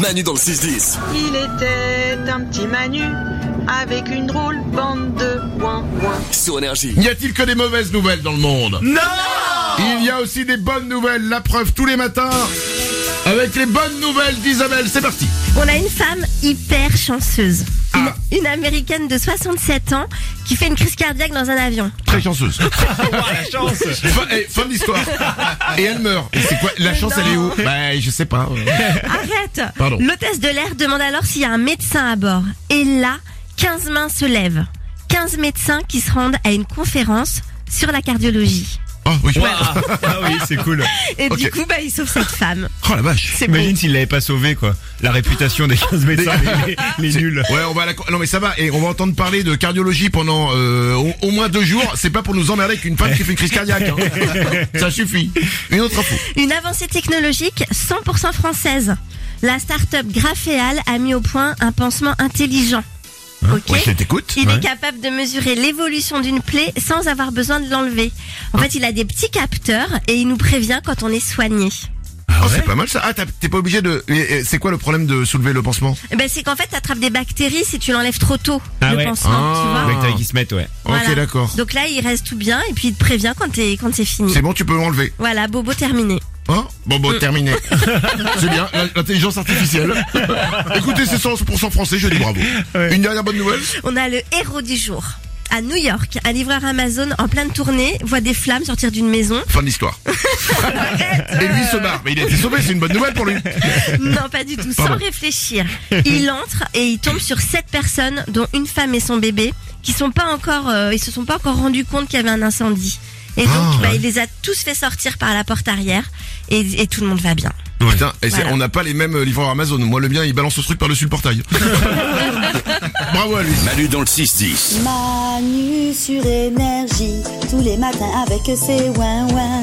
Manu dans le 6-10. Il était un petit Manu avec une drôle bande de ouin ouin. Sur énergie. N'y a-t-il que des mauvaises nouvelles dans le monde Non Il y a aussi des bonnes nouvelles, la preuve tous les matins. Avec les bonnes nouvelles d'Isabelle, c'est parti. On a une femme hyper chanceuse. Une, Ah. une américaine de 67 ans qui fait une crise cardiaque dans un avion. Très chanceuse. la chance fin, eh, fin de l'histoire. Et elle meurt. Et c'est quoi La chance, elle est où Bah, je sais pas. Oh, Arrête Pardon. L'hôtesse de l'air demande alors s'il y a un médecin à bord. Et là, 15 mains se lèvent. 15 médecins qui se rendent à une conférence sur la cardiologie. Oh, oui. Ah oui, c'est cool. Et du Ok. coup, bah, ils sauvent cette femme. Oh la vache. C'est Imagine s'il l'avait pas sauvé, quoi. La réputation des 15 médecins, les, les- les nuls. Ouais, on va à la... co- Non mais ça va, et on va entendre parler de cardiologie pendant euh, au, au moins deux jours. C'est pas pour nous emmerder avec une femme qui fait une crise cardiaque. hein. ça suffit. Une autre info. Une avancée technologique 100% française. La start-up Graphéal a mis au point un pansement intelligent. Ok. Hein Ouais, je t'écoute. Il Ouais. est capable de mesurer l'évolution d'une plaie sans avoir besoin de l'enlever. En fait, il a des petits capteurs et il nous prévient quand on est soigné. Oh, c'est pas mal ça. Ah, t'as- t'es pas obligé de. et- et C'est quoi le problème de soulever le pansement Eh Ben, c'est qu'en fait, t'attrapes des bactéries si tu l'enlèves trop tôt, Ah le ouais. pansement, tu Ah. vois. Ouais. Bactéries qui se mettent, ouais. Ok, Voilà. d'accord. Donc là, il reste tout bien et puis il te prévient quand t'es- quand c'est fini. C'est bon, tu peux l'enlever. Voilà, bobo terminé. Hein bon, bon, terminé. c'est bien, la- l'intelligence artificielle. Écoutez, c'est 100% français, je dis bravo. Ouais. Une dernière bonne nouvelle On a le héros du jour. À New York, un livreur Amazon en pleine tournée voit des flammes sortir d'une maison. Fin de l'histoire. Et lui se barre. Mais il a été sauvé, c'est une bonne nouvelle pour lui. Non, pas du tout, Pardon. sans réfléchir. Il entre et il tombe sur sept personnes, dont une femme et son bébé, qui sont pas encore, euh, ils se sont pas encore rendus compte qu'il y avait un incendie. Et donc, Ah. bah, il les a tous fait sortir par la porte arrière et, et tout le monde va bien. Putain, et c'est- Voilà. on n'a pas les mêmes euh, livreurs Amazon. Moi, le bien, il balance ce truc par-dessus le portail. bravo à lui. Manu dans le 6-10. Manu sur énergie, tous les matins avec ses ouin-ouin.